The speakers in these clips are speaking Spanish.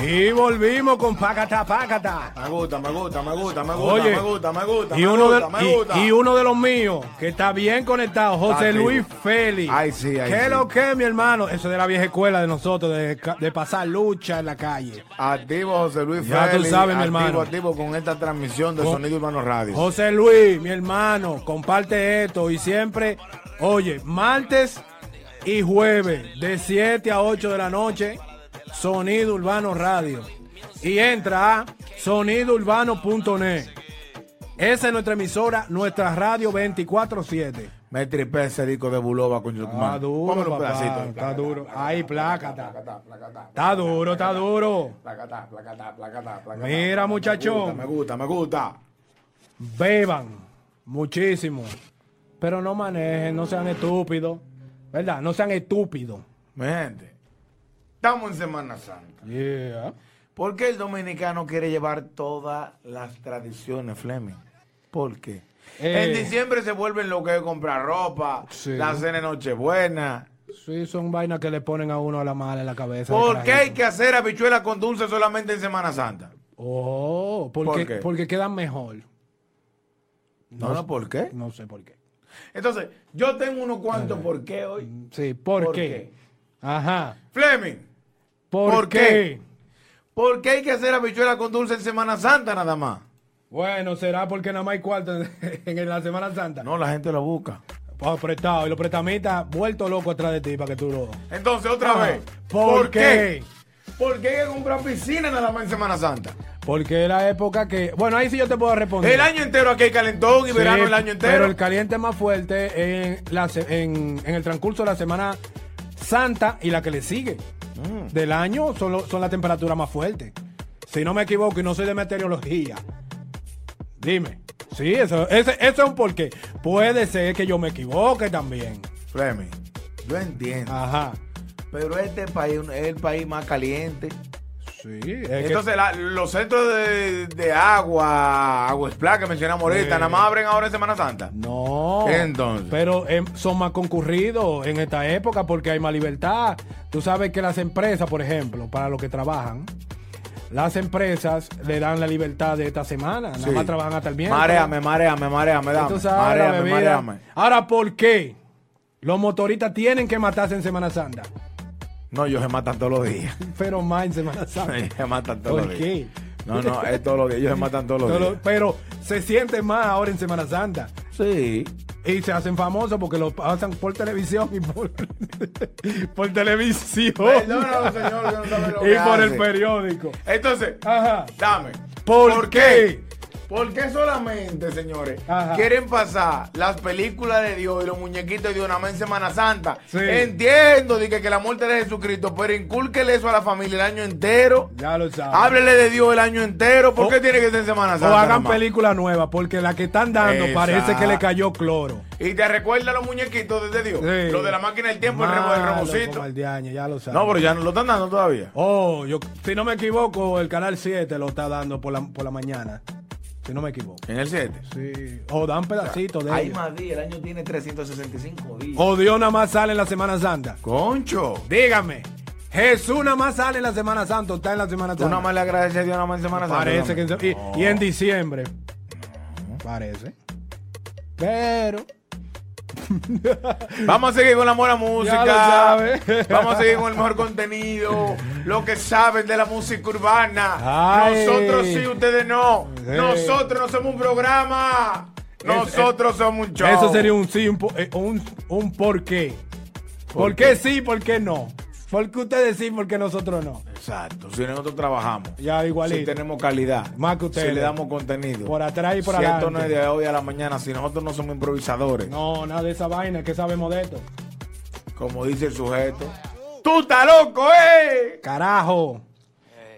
Y volvimos con Pacata Pacata. Me gusta, me gusta, me gusta, me gusta, Oye, me gusta, me gusta. y, me uno de, gusta, me y- gusta. y, uno de los míos que está bien conectado, José Está Luis activo. Félix. Ay, sí, ay, ¿Qué sí. lo que, mi hermano? Eso de la vieja escuela de nosotros, de, ca- de pasar lucha en la calle. Activo José Luis Ya tú Félix, sabes, mi activo, hermano. Oh. Activo con esta transmisión de Con- Sonido Humano Radio. José Luis, mi hermano, comparte esto y siempre, oye, martes y jueves de 7 a 8 de la noche, Sonido Urbano Radio. Y entra a sonidourbano.net. Esa es nuestra emisora, nuestra radio 24-7. Me tripé ese disco de Buloba con Yucman. Está duro, Póngale un papá, pedacito. está duro. Ahí, plácata. Está duro, está duro. Placata, placata, placata, placata. Mira, muchachón. Me gusta, me gusta. beban muchísimo, pero no manejen, no sean estúpidos, ¿verdad? No sean estúpidos. Mi gente, estamos en Semana Santa. Yeah. ¿Por qué el dominicano quiere llevar todas las tradiciones, Fleming? ¿Por qué? Eh. En diciembre se vuelven lo que es comprar ropa, Sí. la cena de Nochebuena. Sí, son vainas que le ponen a uno a la mala en la cabeza. de ¿Por qué hay carajito. que hacer habichuelas con dulce solamente en Semana Santa? Oh, porque, ¿Por qué? porque quedan mejor. No, no, ¿por qué? No sé por qué. Entonces, yo tengo unos cuantos por qué hoy. Sí, ¿por, ¿Por qué? qué? Ajá. Fleming, ¿Por, ¿Por qué? qué? ¿por qué hay que hacer habichuelas con dulce en Semana Santa nada más? Bueno, será porque nada más hay cuarto en la Semana Santa. No, la gente lo busca. Oh, prestado. Y los prestamistas vuelto loco atrás de ti para que tú lo. Entonces, otra Ajá. vez. ¿Por qué? ¿Por qué hay que comprar piscina nada más en Semana Santa? Porque es la época que. Bueno, ahí sí yo te puedo responder. El año entero aquí hay calentón y Sí, verano el año entero. Pero el caliente más fuerte en, la se- en, en el transcurso de la Semana Santa y la que le sigue del año son, lo- son las temperaturas más fuertes. Si no me equivoco y no soy de meteorología, dime. Sí, eso, ese, eso es un porqué. Puede ser que yo me equivoque también. Fleming, yo entiendo. Ajá. Pero este país es el país más caliente. Sí, es que- Entonces, la- los centros de, de agua, agua Esplá, que mencionamos ahorita, Sí. nada más abren ahora en Semana Santa. No. Entonces. Pero em, son más concurridos en esta época porque hay más libertad. Tú sabes que las empresas, por ejemplo, para los que trabajan, las empresas le dan la libertad de esta semana. Nada Sí. más trabajan hasta el miércoles. Mareame, mareame, mareame, Ya dame. tú sabes, la Mareame, bebida. mareame. Ahora, ¿por qué? Los motoristas tienen que matarse en Semana Santa. No, ellos se matan todos los días. Pero más en Semana Santa. Ellos se matan todos ¿Por los qué? días. No, no, es todos los días. Ellos se matan todos los Pero- días. pero se siente más ahora en Semana Santa. Sí. Y se hacen famosos porque lo pasan por televisión y por, por televisión. Perdónalo, señor, que no sabe lo y que por el hace. periódico. Entonces, Ajá. dame. ¿Por qué? ¿Por qué solamente, señores, Ajá. quieren pasar las películas de Dios y los muñequitos de Dios nada más en Semana Santa? Sí. Entiendo dije, que la muerte de Jesucristo, pero incúlquele eso a la familia el año entero. Ya lo saben. Háblele de Dios el año entero. ¿Por O- qué tiene que ser en Semana o Santa? nada hagan más? película nueva porque la que están dando Exacto. parece que le cayó cloro. Y te recuerda los muñequitos de Dios. Sí. Los de la máquina del tiempo, el rebo- el Malo robocito. como el de año, ya lo saben. No, pero ya no lo están dando todavía. Oh, yo, si no me equivoco, el canal 7 lo está dando por la, por la mañana. Si no me equivoco. En el 7. Sí. O dan pedacitos de Hay ellos. más días, el año tiene 365 días. O Dios nada más sale en la Semana Santa. Concho. Dígame, Jesús nada más sale en la Semana Santa, está en la Semana Tú nada Santa. más le agradeces a Dios nada más en Semana Santa. Parece que en- también. y, y en diciembre. Parece. Pero. Vamos a seguir con la buena lo música. sabes. Vamos a seguir con el mejor contenido. Lo que saben de la música urbana. Ay. Nosotros sí, ustedes no. Sí. Nosotros no somos un programa. Nosotros somos un show. Eso sería un sí, un, po- eh, un, un por qué. ¿Por, qué? sí, por qué no? ¿Por qué ustedes sí, por qué nosotros no? Exacto. Si nosotros trabajamos. Ya Si igualito. tenemos calidad. Más que ustedes. Si le damos contenido. Por atrás y por si adelante. esto no es de hoy a la mañana. Si nosotros no somos improvisadores. No, nada de esa vaina, que sabemos de esto. Como dice el sujeto. ¡Tú estás loco, eh! Carajo.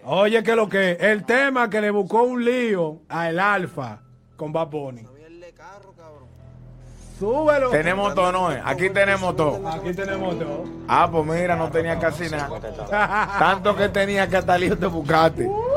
Oye, que lo que el tema que le buscó un lío a el Alfa con Bad Bunny. Súbelo. Tenemos todo, ¿no? eh? Aquí tenemos todo. Aquí tenemos todo. Ah, pues mira, no tenía casi nada. Tanto que tenía que hasta lío te buscaste.